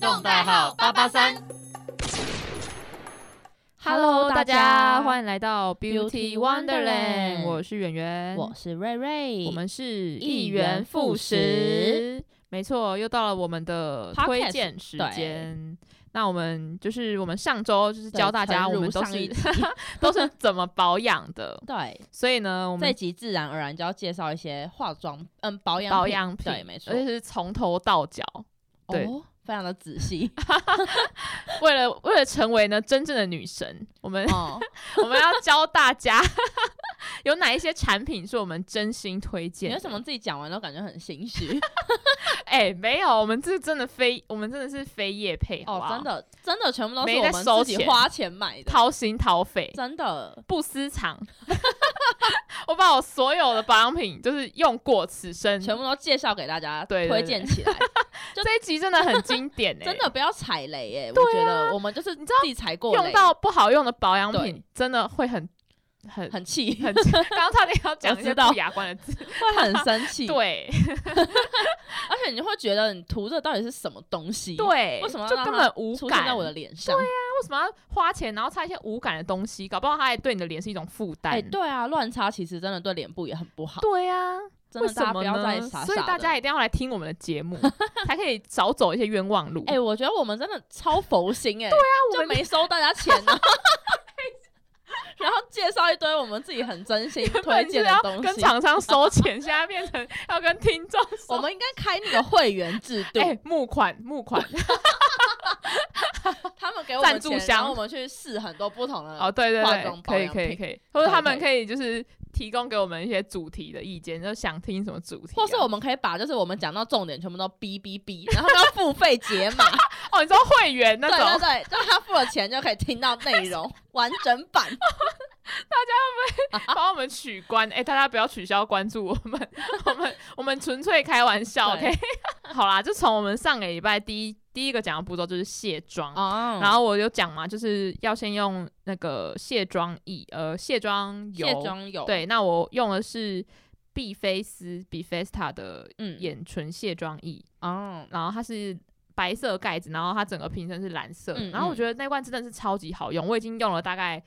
动代号八八三。 Hello，大大家家欢迎来到 Beauty Beauty Wonderland， Wonderland 我是圆圆，我是瑞瑞，我们是一一元元复复始始，没错，又到了我们的 Podcast，推荐时间。那我们就是我们上周就是对教大家，诚如我们都上 一是集都是怎么保养 的，对所以呢，我这们集自然而然就要介绍一些化妆嗯保养保养品，对没错而且是从头到脚。对哦，非常的仔 细为了为了成为呢真正的女神，我们哦， 我们要教大家 有哪一些产品是我们真心推你荐的。为什么自己讲完都感觉很心虚 哎、没有，我们这真的非，我们真的是非业配好不哦？好真的真的全部都是啊没我在们收自己钱花钱买的，掏心掏肺，真的不私藏。 我把我所有的保养品就是用过，此生全部都介绍给大家嗯对对对推荐起来，就这一集真的很经 典哎、真的不要踩雷哎，我觉得我们就是啊自你知道己踩过用雷到不好用的保养品对，真的会很很很气，很，刚刚差点要讲一我些知不道雅观的 字，会很生气，， 对而且你会觉得你涂这到底是什么东西？。对，为什么要就让根它本无出现感？在我的脸上，为什么要花钱然后擦一些无感的东西？搞不好它还对你的脸是一种负担。哎、对啊，乱擦其实真的对脸部也很不好，对啊，真为的大什家么不要再呢？傻傻的。所以大家一定要来听我们的节 目，才可以少走一些冤枉路。哎、我觉得我们真的超佛心哎、对啊，我就们没收大家钱呢、 然后介绍一堆我们自己很真 心原本推是荐的要东跟西。厂商收钱，现在变成要跟听众收。我们应该开那个会员制度，哎，募款募款 他们给我们赞助钱箱然后我们去试很多不同的。哦，对对化对，妆保可以养可以品可以，或可者以他们可可以就是提供给我们一些主题的意见，就想听什么主题啊，或是我们可以把就是我们讲到重点全部都哔哔哔，然后他们要付费解码，哦，你说会员那 对种，对对，就他付了钱就可以听到内容 完整版。帮我们取关，哎、大家不要取消关注我们， 我们我们纯粹开玩笑，OK？ 对好啦，就从我们上个礼拜第一第一个讲的步骤就是卸妆，哦然后我有讲嘛，就是要先用那个卸妆液，呃，卸妆油，卸妆油，对，那我用的是碧飞丝 b i f e s t a 的嗯眼唇卸妆液，哦，然后它是。白色盖子，然后它整个瓶身是蓝色，嗯然后我嗯觉得那罐真的是超级好用，我已经用了大概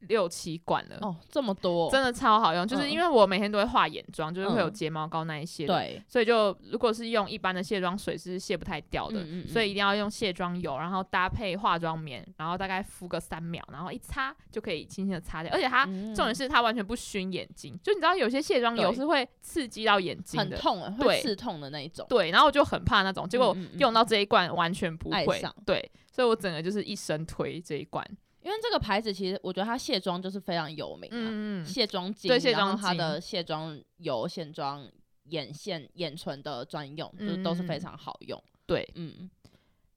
六七罐了。哦，这么多，真的超好用，就是嗯因为我每天都会化眼妆，就是会有嗯睫毛膏那一些的，对，所以就如果是用一般的卸妆水是卸不太掉的，嗯嗯嗯所以一定要用卸妆油，然后搭配化妆棉，然后大概敷个三秒，然后一擦就可以轻轻的擦掉，而且它。嗯重点是它完全不熏眼睛，就你知道有些卸妆油对是会刺激到眼睛很的，痛，对会刺痛的那一种。对，然后我就很怕那种，结果嗯嗯嗯用到这一罐完全不爱会上，对，所以我整个就是一生推这一罐，因为这个牌子其实我觉得它卸妆就是非常有名、啊，嗯，嗯嗯卸妆巾，对卸妆然后它巾的卸妆油、卸妆眼线、眼唇的专用，就嗯是都是嗯非嗯常好用。对，嗯，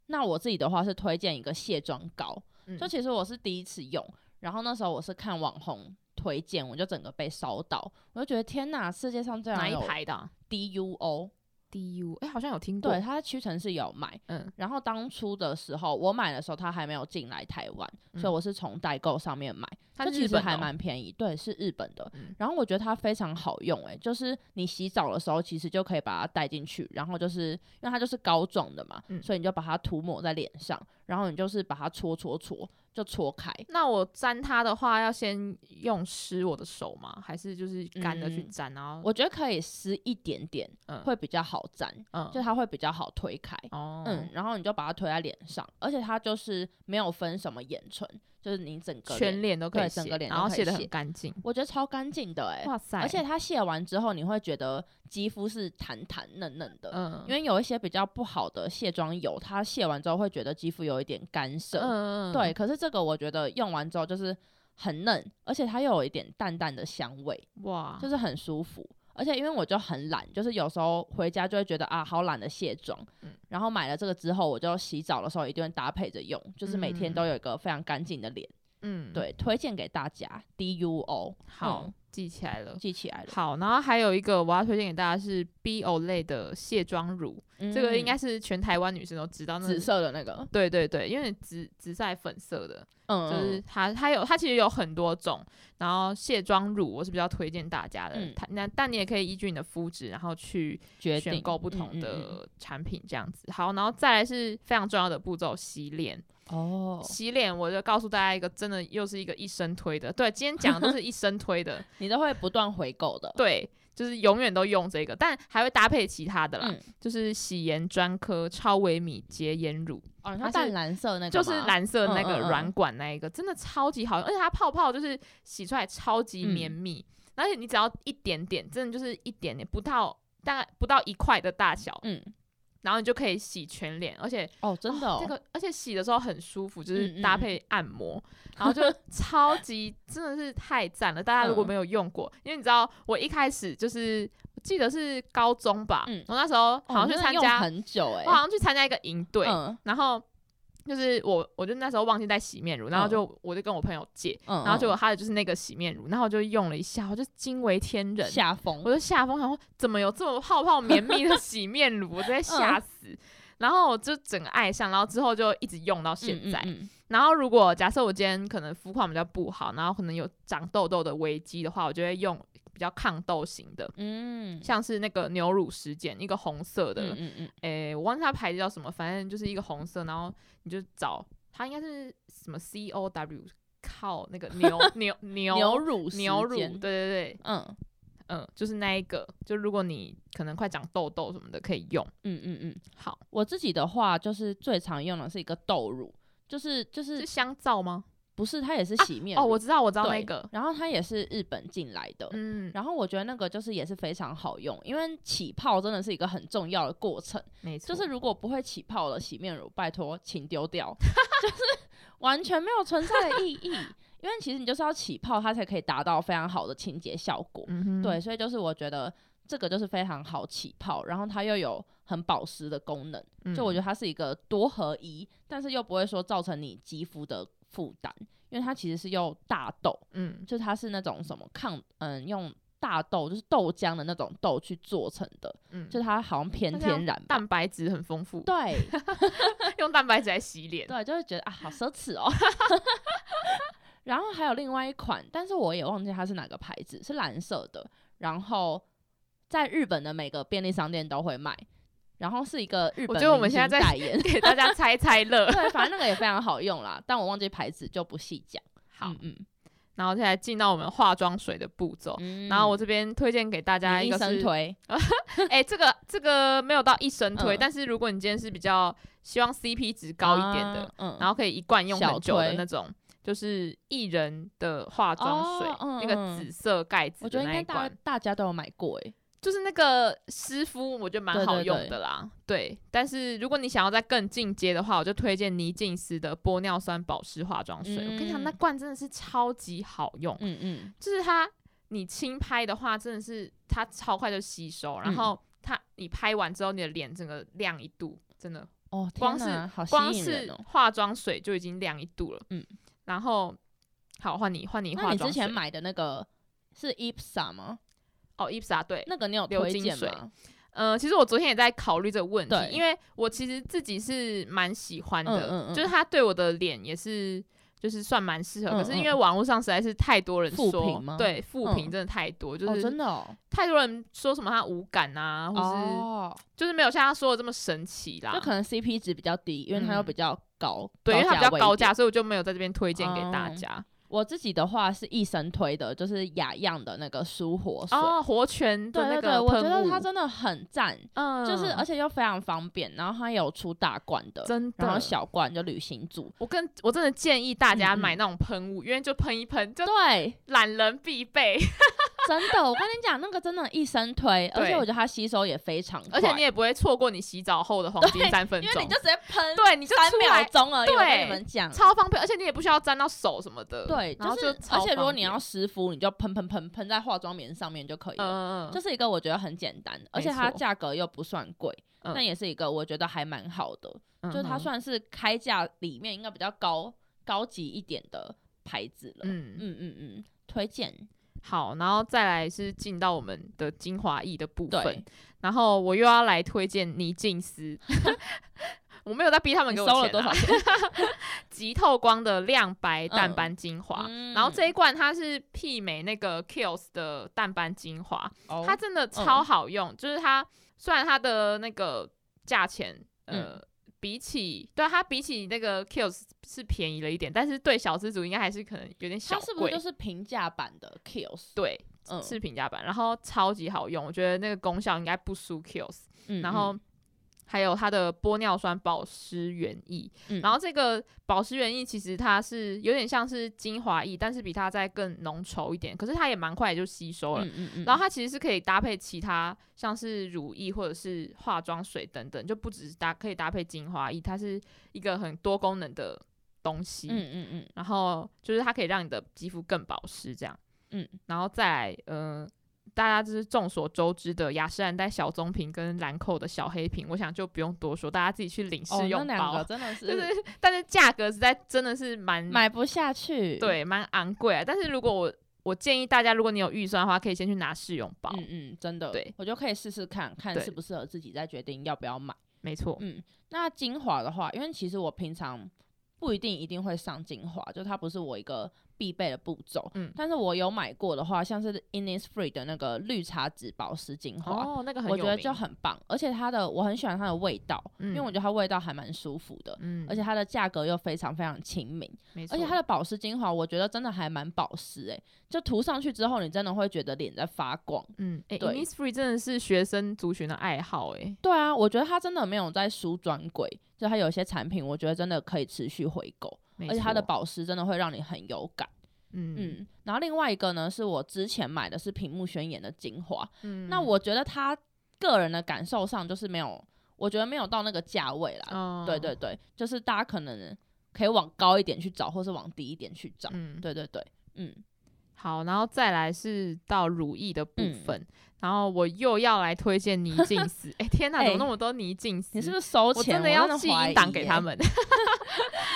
那我自己的话是推荐一个卸妆膏，嗯就其实我是第一次用，然后那时候我是看网红推荐，我就整个被烧到，我就觉得天哪，世界上这哪样一有排的啊 DUO， ？DU，哎、好像有听过，对，它屈臣氏有卖，嗯然后当初的时候，我买的时候它还没有进来台湾，所以嗯我是从代购上面买，它就是其日实本还的哦蛮便宜，对，是日本的。嗯然后我觉得它非常好用、欸，就是你洗澡的时候其实就可以把它带进去，然后就是因为它就是膏状的嘛，嗯所以你就把它涂抹在脸上，然后你就是把它搓搓搓，就搓开。那我沾它的话，要先用湿我的手吗？还是就是干的去嗯沾？然后我觉得可以湿一点点，嗯会比较好粘，嗯就它会比较好推开。哦嗯，然后你就把它推在脸上，而且它就是没有分什么眼唇，就是你整个全脸，脸都可以对卸整个，脸然都后可以卸的卸很干净。我觉得超干净的哎、哇塞！而且它卸完之后，你会觉得肌肤是弹弹嫩嫩的，嗯，因为有一些比较不好的卸妆油，它卸完之后会觉得肌肤有一点干涩。嗯嗯对，，可是这个我觉得用完之后就是很嫩，而且它又有一点淡淡的香味，嗯哇，就是很舒服。而且因为我就很懒，就是有时候回家就会觉得啊，好懒得卸妆。嗯然后买了这个之后，我就洗澡的时候一定会搭配着用，就是每天嗯都有一个非常干净的脸。嗯，对，推荐给大家 DUO。好嗯记起来了。记起来了。好，然后还有一个我要推荐给大家是 B O 类的卸妆乳，这个应该是是全台湾女生都知道，那紫色的那个，对对对，因为紫紫晒粉色的，嗯，就是它它有它其实有很多种，然后卸妆乳我是比较推荐大家的，嗯它那但你也可以依据你的肤质，然后去决定选购不嗯同嗯嗯的产品这样子。好，然后再来是非常重要的步骤，洗脸。哦，洗脸我就告诉大家一个，真的又是一个一生推的，对，今天讲的都是一生 推的，你都会不断回购的。对，就是永远都用这个，但还会搭配其他的啦，嗯就是洗颜专科超维米洁颜乳。哦，你它说是淡蓝色那个就吗是蓝色的那嗯嗯个嗯软管那一个，真的超级好用，而且它泡泡就是洗出来超级嗯绵密，而且你只要一点点，真的就是一点点，不到大概不到一块的大小，嗯，然后你就可以洗全脸，而且哦，真的哦这个而且洗的时候很舒服，就嗯嗯是搭配按摩，然后就超级真的是太赞了。大家如果嗯没有用过，因为你知道我一开始就是我记得是高中吧，嗯我那时候哦好像你去真的参用加，很久哎我，好像去参加一个营队，嗯然后就是我，我就那时候忘记带洗面乳，然后就、我就跟我朋友借，嗯，然后就他的就是那个洗面乳，然后我就用了一下，我就惊为天人，下风我就吓疯，然后怎么有这么泡泡绵密的 洗面乳，我直嗯接吓死。然后我就整个爱上，然后之后就一直用到现在。嗯嗯嗯然后如果假设我今天可能肤况比较不好，然后可能有长痘痘的危机的话，我就会用比较抗痘型的，嗯像是那个牛乳石碱，一个红色的，嗯嗯嗯，诶、我忘记它牌子叫什么，反正就是一个红色，然后你就找它应该是什么 C O W，靠那个 牛牛牛牛乳时牛乳，对对间，对，嗯嗯嗯，就是那一个，就如果你可能快长痘痘什么的可以用。嗯嗯，好，我自己的话就是最常用的是一个豆乳，就是就是是香皂吗？不是它也是洗面哦，我知知道，我知道那个，然后它也是日本进来的，嗯，然后我觉得那个就是也是非常好用，因为起泡真的是一个很重要的过程。没错，就是如果不会起泡的洗面乳，拜托请丢掉， 就是完全没有存在的意义。因为其实你就是要起泡，它才可以达到非常好的清洁效果。嗯哼，对，，所以就是我觉得这个就是非常好起泡，然后它又有很保湿的功能，就我觉得得，它是一个多合一，但是又不会说造成你肌肤的负担，因为它其实是用大豆，嗯就它是那种什么抗嗯用大豆就是豆浆的那种豆去做成的，嗯，就它好像偏那这样天然吧。 蛋白质很丰富，对用蛋白质来洗脸，对，就会觉得啊，好奢侈哦。 然后还有另外一款，但是我也忘记它是哪个牌子，是蓝色的。然后在日本的每个便利商店都会卖，然后是一个日我本觉得我明们现星在在，代言 给 大家猜猜乐。对，反正那个也非常好用啦。但我忘记牌子就不细讲。好，嗯嗯然后现在进到我们化妆水的步骤。嗯然后我这边推荐给大家你一一个生是，推，哎、这个这个没有到一生推，嗯但是如果你今天是比较希望 CP 值高一点的，啊，嗯，然后可以一罐用小很久的推那种，就是薏仁的化妆水，哦嗯那个嗯紫色盖子我觉得的应那该一大罐，大家都有买过欸诶、就是那个湿敷，我觉得蛮对好对用对的啦对，但是如果你想要再更进阶的话，我就推荐妮静丝的玻尿酸保湿化妆水。我跟你讲，嗯那罐真的是超级好用，嗯嗯，就是它，你轻拍的话，真的是它超快就吸收，然嗯后它你拍完之后，你的脸整个亮一度，真的哦，光天是哪好吸光引人是哦。化妆水就已经亮一度了。嗯，然后好换你换你那化你妆之水前买的那个是 Ipsa 吗？哦，IPSA 对，那个你有流推金荐水吗？呃，其实我昨天也在考虑这个问题对，因为我其实自己是蛮喜欢的，嗯嗯嗯就是它对我的脸也是。就是算蛮适合，嗯可是因为网络上实在是太多人负说评吗，对负评嗯真的太多，就哦，是真的哦，太多人说什么它无感啊，或是哦，就是没有像他说的这么神奇啦就。可能 CP 值比较低，因为它又嗯比较高，对，因为它比较位高一点价，。所以我就没有在这边推荐给大哦家。我自己的话是一生推的，就是雅漾的那个舒活水。哦，活泉对的对那对，个我觉喷得雾，它真的很赞，嗯就是而且又非常方便，然后它有出大罐的，真然后的。小罐就旅行组，我跟我真的建议大家嗯嗯买那种喷雾，因为就喷一喷，就对，懒人 必备，真的，我跟你讲，那个真的一生推，而且对我觉得它吸收也非常快，而且你也不会错过你洗澡后的黄金对三分因为钟你，就直接喷对，你就三出秒来钟而已，我跟对你们讲，超方便，而且你也不需要沾到手什么的，对，然后就是超而且如果方你便要湿敷，你就喷喷喷喷在化妆棉上面就可以了。嗯嗯这是一个我觉得很简单，而且它错价格又不算贵，嗯但也是一个我觉得还蛮好的，嗯，就是它嗯算是开价里面应该比较高高级一点的牌子了。嗯嗯，嗯嗯推荐。好，然后再来是进到我们的精华液的部分对，然后我又要来推荐尼静思， 我没有在逼他们你给收我钱、啊，了多少 钱？极透光的亮白淡斑精华， 嗯然后这一罐它是媲美那个 Kills 的淡斑精华，哦它真的超好用，就是它虽然它的那个价钱，呃。嗯比起对啊它比起那个 Kills 是便宜了一点，但是对小资族应该还是可能有点小它贵。是不是就是平价版的 Kills？对，嗯是平价版，然后超级好用，我觉得那个功效应该不输 Kills，、嗯然后。还有它的玻尿酸保湿原液，嗯然后这个保湿原液其实它是有点像是精华液，但是比它再更浓稠一点，可是它也蛮快就吸收了。嗯嗯嗯，然后它其实是可以搭配其他像是乳液或者是化妆水等等，就不只是搭可以搭配精华液，它是一个很多功能的东西。嗯嗯嗯然后就是它可以让你的肌肤更保湿，这样，嗯，然后再来，嗯、大家就是众所周知的雅诗兰黛小棕瓶跟兰蔻的小黑瓶，我想就不用多说，大家自己去领哦，试那用两包，个真的是 就是， 但是价格实在真的是蛮，买不下去。，对，蛮昂贵啊。但是如果我我建议大家，如果你有预算的话，可以先去拿试用包，嗯嗯，真的，对我就可以试试看看对适不适合自己，再决定要不要买。没错，嗯，那精华的话，因为其实我平常不一定一定会上精华，就它不是我一个必备的步骤。嗯但是我有买过的话，像是 Innisfree 的那个绿茶籽保湿精华。哦，那个很啊我有觉名，得就很棒，而且它的我很喜欢它的味道，因为嗯我觉得它味道还蛮舒服的，嗯，而且它的价格又非常非常亲民，没错，而且它的保湿精华我觉得真的还蛮保湿诶、就涂上去之后你真的会觉得脸在发光。嗯，哎、对 i n i s f r e e 真的是学生族群的爱好、诶。对啊，我觉得它真的没有在输专柜，就它有一些产品我觉得真的可以持续回购，哎，而且它的没错，保湿真的会让你很有感。嗯嗯，然后另外一个呢是我之前买的是屏幕宣言的精华，嗯那我觉得它个人的感受上就是没有，我觉得没有到那个价位啦。哦对对对，就是大家可能可以往高一点去找，或是往低一点去找。嗯，对对对，嗯，好，然后再来是到乳液的嗯部分，然后我又要来 推荐泥净丝，哎、天哪，哎怎么那么多泥净丝？你是不是收我钱？嗯真我的要寄怀一疑档给他耶。们。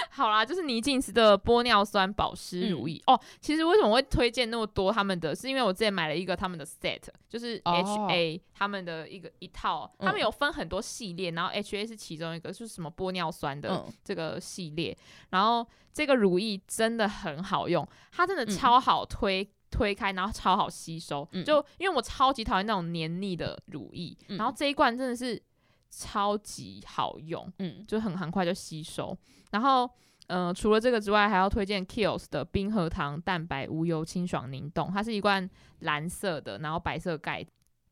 好啦，就是泥净丝的玻尿酸保湿嗯乳液、哦。其实为什么会推荐那么多他们的，是因为我之前买了一个他们的 set，就是哦 HA、他们的一个一套，他们嗯有分很多系列，然后 HA 是其中一个，就是什么玻尿酸的，嗯，这个系列，然后这个乳液真的很好用，它真的嗯超好推、推开，然后超好吸收。嗯就因为我超级讨厌那种黏腻的乳液，嗯然后这一罐真的是超级好用，嗯，就很很快就吸收。然后，呃，除了这个之外，还要推荐 Kills 的冰河糖蛋白无油清爽凝冻，它是一罐蓝色的，然后白色盖，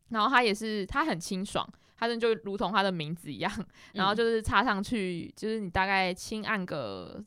然后它也是它很清爽，它真的就如同它的名字一样，然嗯后就是擦上去，就是你大概轻按个。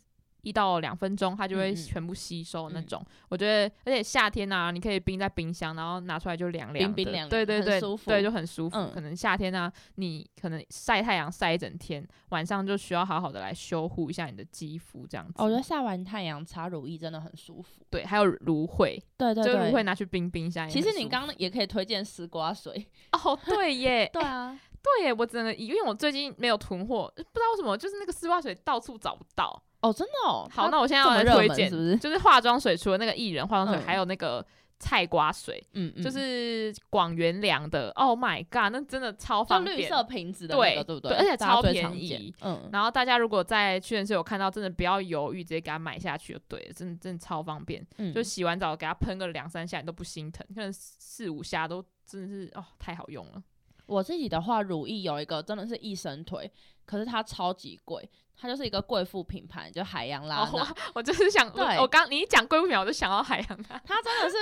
一到两分钟，它就嗯会嗯全部吸收那嗯种。我觉得，而且夏天啊，你可以冰在冰箱，然后拿出来就凉凉的，冰冰凉对对凉对，很舒服对就很舒服。嗯可能夏天啊，你可能晒太阳晒一整天，晚上就需要好好的来修护一下你的肌肤，这样子。哦我觉得晒完太阳擦乳液真的很舒服。对，还有芦荟，对对就芦荟对，拿去冰冰箱也其很舒服。实你刚刚也可以推荐丝瓜水。哦，对耶，对哎啊， 对耶，我真的因为我最近没有囤货，不知道为什么，就是那个丝袜水到处找不到。哦，真的哦。好，它那我现在这要么来热推门荐，是不是就是化妆水，除了那个薏仁化妆嗯水，还有那个菜瓜水，嗯嗯，就是广源良的。Oh my god，那真的超就方便，绿色瓶子的那对个，对不对而且大家超最便常见宜。嗯，然后大家如果在屈臣氏有看到，真的不要犹豫，直接给它买下去就对了，真的真的超方便。嗯就洗完澡给它喷个两三下，你都不心疼，可能四五下都真的是哦，太好用了。我自己的话，乳液有一个真的是益生腿，可是它超级贵，它就是一个贵妇品牌，就海洋拉哦， 娜，我我就是想，我对我刚你一讲贵妇苗，我就想到海洋啊它。它真的是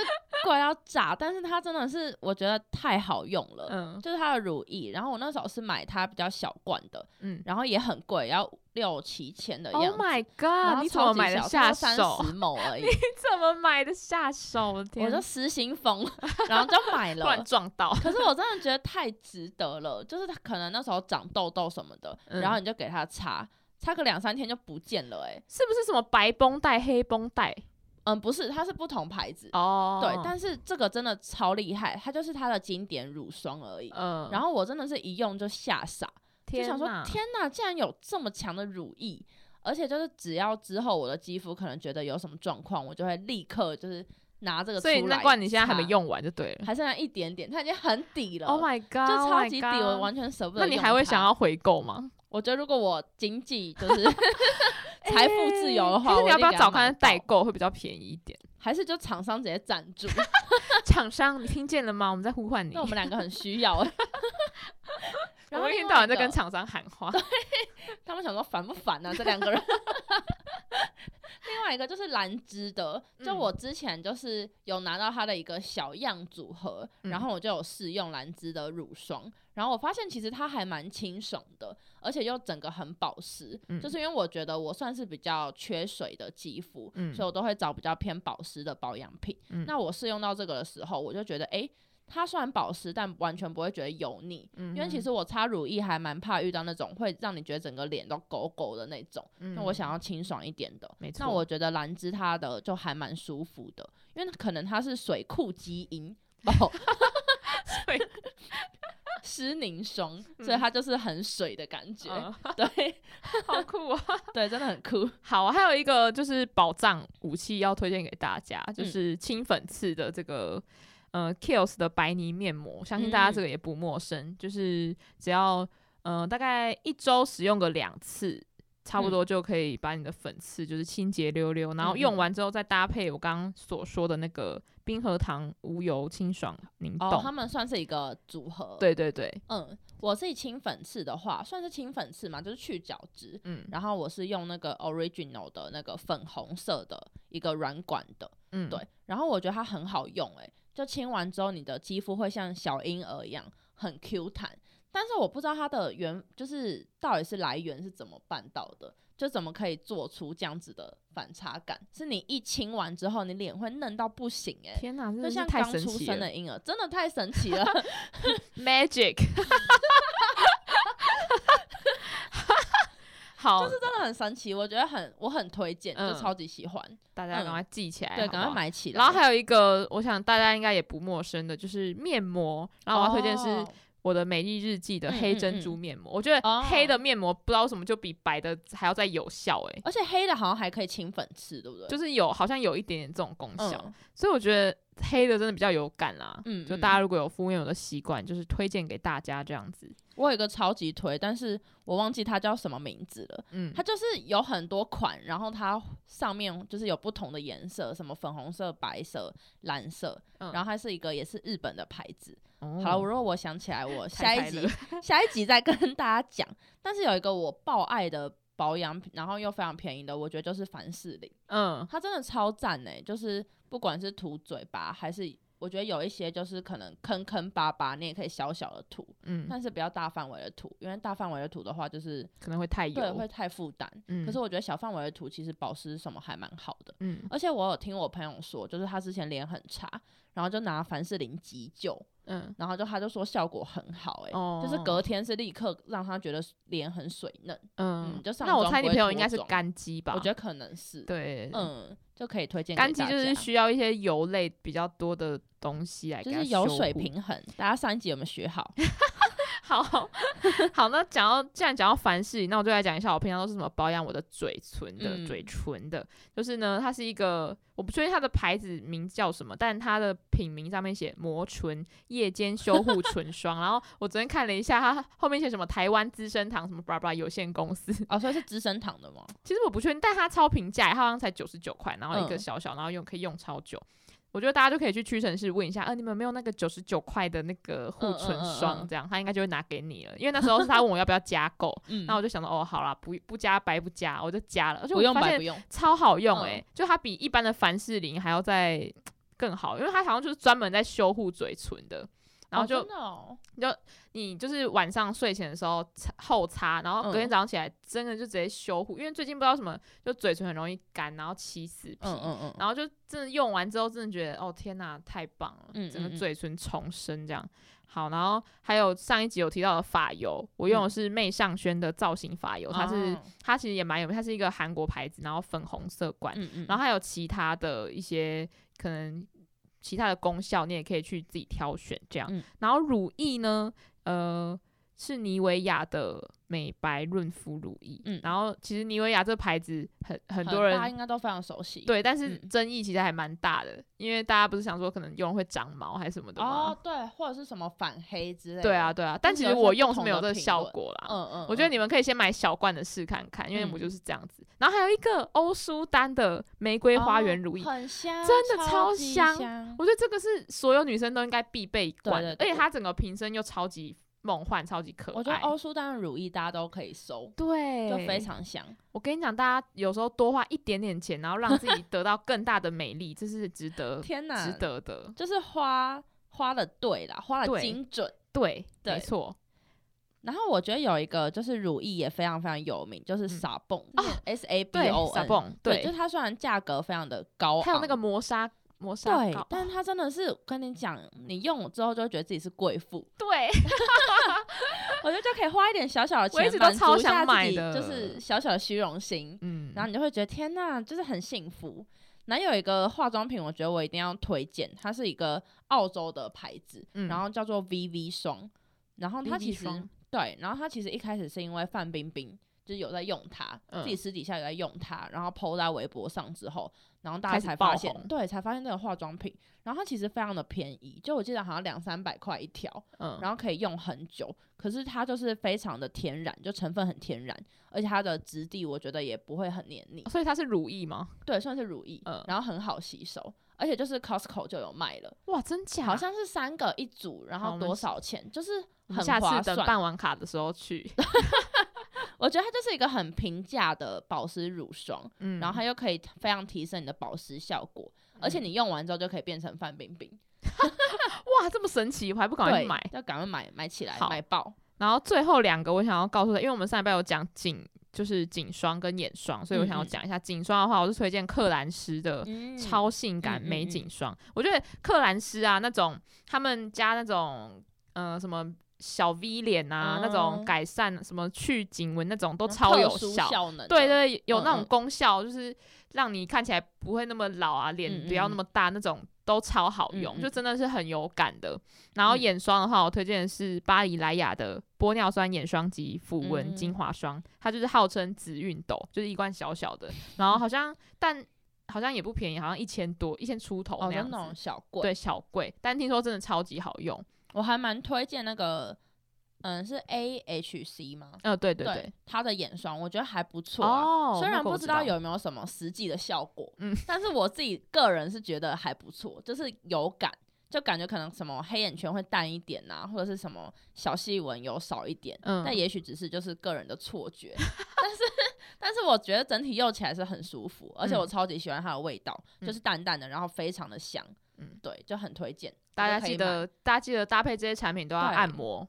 贵到炸，但是它真的是我觉得太好用了。嗯就是它的乳液，然后我那时候是买它比较小罐的，嗯然后也很贵，要六七千的样，Oh 子。 my 呃然 god！后你怎么超级买的小下三手？ 十某而已，你怎么买的下手？我的天我就失心疯， 然后就买突然了。撞到。可是我真的觉得太值得了，就是它可能那时候长痘痘什么的，嗯然后你就给它擦，擦个两三天就不见了、欸， 是不是什么白绷带、黑绷带？嗯，不是，它是不同牌子。哦对，但是这个真的超厉害，它就是它的经典乳霜而已。嗯，然后我真的是一用就吓傻，就天想说哪天哪，竟然有这么强的乳液！而且就是只要之后我的肌肤可能觉得有什么状况，我就会立刻就是拿这个出所来，以那罐你现在还没，用完就对了。还剩下一点点，它已经很底了 Oh my god！就 oh 超 my 级底， god 我完全舍不得。那你还会想？要回购吗？我觉得如果我经济就是 财富自由的话，哎可是你要我一定不要给它找买看代到？购会比较便宜一点？ 还是就厂商直接赞助？厂商，你听见了吗？我们在呼唤你。那我们两个很需要 欸。然后我一另天外到晚一在跟个厂商喊话，他们想说烦不烦啊？这两个人。 另外一个就是兰芝的，就嗯我之前就是有拿到它的一个小样组合，嗯然后我就有试用兰芝的乳霜，然后我发现其实它还蛮清爽的，而且又整个很保湿，嗯就是因为我觉得我算是比较缺水的肌肤， 嗯所以我都会找比较偏保湿的保养品。嗯那我试用到这个的时候，我就觉得诶，它虽然保湿，但完全不会觉得油腻，因因为其实我擦乳液还蛮怕遇到那种会让你觉得整个脸都狗狗的那种，那我想要清爽一点的。嗯没那错我觉得兰芝它的就还蛮舒服的，因为可能它是水库基 因哦，水 湿凝霜，嗯所以它就是很水的感觉。嗯对 好酷啊！对，真的很酷。好，还有一个就是宝藏武器要推荐给大家，就嗯是清粉刺的这个。呃，Kills 的白泥面膜，相信大家这嗯个也不陌生，就是只要呃大概一周使用个两次，差嗯不多就可以把你的粉刺就是清洁溜溜，然后嗯嗯用完之后再搭配我刚刚所说的那个冰河糖无油清爽凝冻，哦，他们算是一个组合。，对对对，嗯，我自己清粉刺的话，算是清粉刺嘛，就是去角质。嗯然后我是用那个 original 的那个粉红色的一个软管的，嗯，对，然后我觉得它很好用、欸，就清完之后你的肌肤会像小婴儿一样很 Q 弹，但是我不知道它的原就是到底是来源是怎么办到的，就怎么可以做出这样子的反差感？是你一清完之后，你脸会嫩到不行、欸，天哪，真就的是像太刚神出奇生了的婴儿，真的太神奇 了， ，Magic，好，就是真的很神奇，我觉得很我很推荐，就嗯超级喜欢，大家嗯赶快记起来，对，好赶不快好。买起来。然后还有一个，我想大家应该也不陌生的，就是面膜。然后啊我要推荐是哦我的《美丽日记》的黑珍珠面膜。我觉得哦黑的面膜不知道为什么就比白的还要再有效、欸，而且黑的好像还可以清粉刺，对不对？就是有好像有一点点这种功效，嗯所以我觉得黑的真的比较有感啦。嗯就嗯大家如果有敷面膜的习惯，就是推荐给大家这样子。我有一个超级推，但是我忘记它叫什么名字了。嗯它，就是有很多款，然后它上面就是有不同的颜色，什么粉红色、白色、蓝色，嗯然后它是一个也是日本的牌子。哦好了，我如果我想起来，我下猜一猜集了下一集再跟大家讲。但是有一个我爆爱的保养品，然后又非常便宜的，我觉得就是凡士林，嗯它真的超赞呢、欸就是不管是涂嘴巴还是。我觉得有一些就是可能坑坑巴巴，你也可以小小的涂，嗯，但是不要大范围的涂，因为大范围的涂的话，就是可能会太对油会。太负担。嗯可是我觉得小范围的涂其实保湿什么还蛮好的，嗯而且我有听我朋友说，就是他之前脸很差，然后就拿凡士林急救，嗯，然后就他就说效果很好、欸，哦就是隔天是立刻让他觉得脸很水嫩。嗯嗯就上那我妆猜不你会朋友脱应该是妆干肌吧？我觉得得可能是，啊对，嗯，就可以推荐给干肌大就是家需要一些油类比较多的东西来，就是有水。平衡，大家上一集有没有学好？好 好，那讲到既然讲到凡士林，那我就来讲一下我平常都是怎么保养我的嘴唇的。嗯嘴唇的，就是呢，它是一个我不确定它的牌子名叫什么，但它的品名上面写磨唇夜间修护唇霜。然后我昨天看了一下，它后面写什么台湾资生堂什么 blah blah 有限公司，哦，所以是资生堂的吗？其实我不确定，但它超平价，它好像才九十九块，然后一个嗯小小，然后用可以用超久。我觉得大家就可以去屈臣氏问一下，呃，你们有没有那个九十九块的那个护嗯嗯唇嗯霜？嗯这样他应该就会拿给你了，因为那时候是他问我要不要加购， 嗯，那我就想说，哦，好啦，不不加白不加，我就加了，而且不我用发白现不用，超好用嗯诶、就它比一般的凡士林还要再更好，因为它好像就是专门在修护嘴唇的，然后哦就、真的哦你就是晚上睡前的时候擦后擦，然后隔天嗯早上起来真的就直接修护，因为最近不知道什么，就嘴唇很容易干，然后起死皮，嗯嗯嗯，然后就真的用完之后，真的觉得哦天哪，太棒了，嗯整嗯个嗯嘴唇重生这样。好，然后还有上一集有提到的发油，我用的嗯是媚尚轩的造型发油，它是哦它其实也蛮有名，它是一个韩国牌子，然后粉红色罐，嗯嗯，然后还有其他的一些可能其他的功效，你也可以去自己挑选这样。嗯然后乳液呢，呃，是妮维雅的美白润肤乳液。嗯然后其实妮维雅这牌子很很很多人大家应该都非常熟悉。对，但是嗯争议其实还蛮大的，因为大家不是想说可能用了会长毛还是什么的吗？哦，对，或者是什么反黑之类的。对啊，，对啊，但是其有一实些我不用是同没有的这个评效论果啦。嗯嗯，我觉得嗯你们可以先买小罐的试看看，因为我嗯就是这样子。然后还有一个欧舒丹的玫瑰花园乳液，哦很香，真的超级香香，我觉得这个是所有女生都应该必备一罐的，对对而且它整个瓶身又超级梦幻、超级可爱。我觉得欧舒丹的乳液大家都可以搜，对，就非。常香。我跟你讲，大家有时候多花一点点钱，然后让自己得到更大的美丽，这是值得、天哪，值得的。就是花花的对啦，花的对精准。对，对没错，然后我觉得有一个就是乳液也非常非常有名，就是嗯傻蹦哦 S A B 对，E O，傻 N，泵，对，就对是，它虽然价格非常的高昂，还有那个磨砂磨砂对膏，，但它真的是跟你讲，你用了之后就会觉得自己是贵妇，对，我觉得就可以花一点小小的我一钱直都满足超一下想买自己，的就是小小的虚荣心，嗯，然后你就会觉得天呐，就是很幸福。然后有一个化妆品，我觉得我一定要推荐，它是一个澳洲的牌子，嗯然后叫做 VV 霜。然后它 VV 其实霜对，然后它其实一开始是因为范冰冰就是有在用它，嗯自己私底下有在用它，然后 PO 在微博上之后，然后大开家始才爆发现红，对，才发现这个化妆品。然后它其实非常的便宜，就我记得好像两三百块一条，嗯，然后可以用很久，可是它就是非常的天然，就成分很天然，而且它的质地我觉得也不会很黏腻，所以它是乳液吗？对，算是乳液，哦嗯然后很好吸收，而且就是 Costco 就有卖了，哇，真假？好像是三个一组，然好我后们多少钱，就是我很们下划次等算。办完卡的时 候去，我觉得它就是一个很平价的保湿乳霜，嗯，然后它又可以非常提升你的保湿效果，而且嗯你用完之后就可以变成范冰冰，哇，这么神奇，我还不赶快对，去买。要赶快买买起来，好买爆，然后最后两个我想要告诉他，因为我们上礼拜有讲颈，就是颈霜跟眼霜，所以我想要嗯嗯讲一下颈霜的话，我是推荐克兰诗的嗯超性感嗯嗯美嗯颈霜。我觉得克兰诗啊，那种他们家那种呃什么小 V 脸啊，那种嗯改善什么去颈纹那种都嗯超特有殊效。效能，对，对，有那嗯种嗯功效，就是让你看起来不会那么老啊，脸嗯不要那么大，那种都超好嗯用，嗯就真的是很有感的。然后嗯眼霜的话，我推荐的是巴黎莱雅的玻尿酸眼霜及抚纹嗯精华霜，它就是号称紫熨斗，就是一罐小小 的，然后好像但好像也不便宜，好像一千多，一千出头哦，那就样那种子。小贵，对，小贵，但听说真的超级好用。我还蛮推荐那个，嗯，是 A H C 吗？嗯、对对对，它的眼霜我觉得还不错、啊。哦，虽那然个我不知知道有没有什么实际的效果，嗯嗯，但是我自己个人是觉得还不错，就是有感，就感觉可能什么黑眼圈会淡一点呐、或者是什么小细纹有少一点，嗯那也许只是就是个人的错觉， 但是但是我觉得整体用起来是很舒服，而且我嗯超级喜欢它的味道，嗯就是淡淡的，然后非常的香，嗯嗯，对，就很推荐大我家就可记以买得，大家记得搭配这些产品都要对按 摩，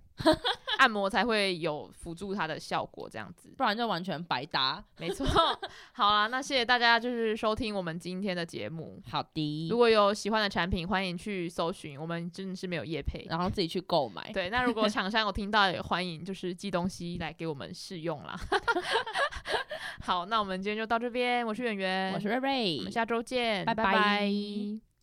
按摩才会有辅助它的效果，这样子。不然就完全白搭。没错， 好啦，那谢谢大家就是收听我们今天的节目。好的，如果有喜欢的产品，欢迎去搜寻，我们真的是没有业配。然后自己去购买。对，那如果厂商有听到，也欢迎就是寄东西来给我们试用啦。 好，那我们今天就到这边，我是圆圆，我是瑞瑞，我们下周见，拜拜拜拜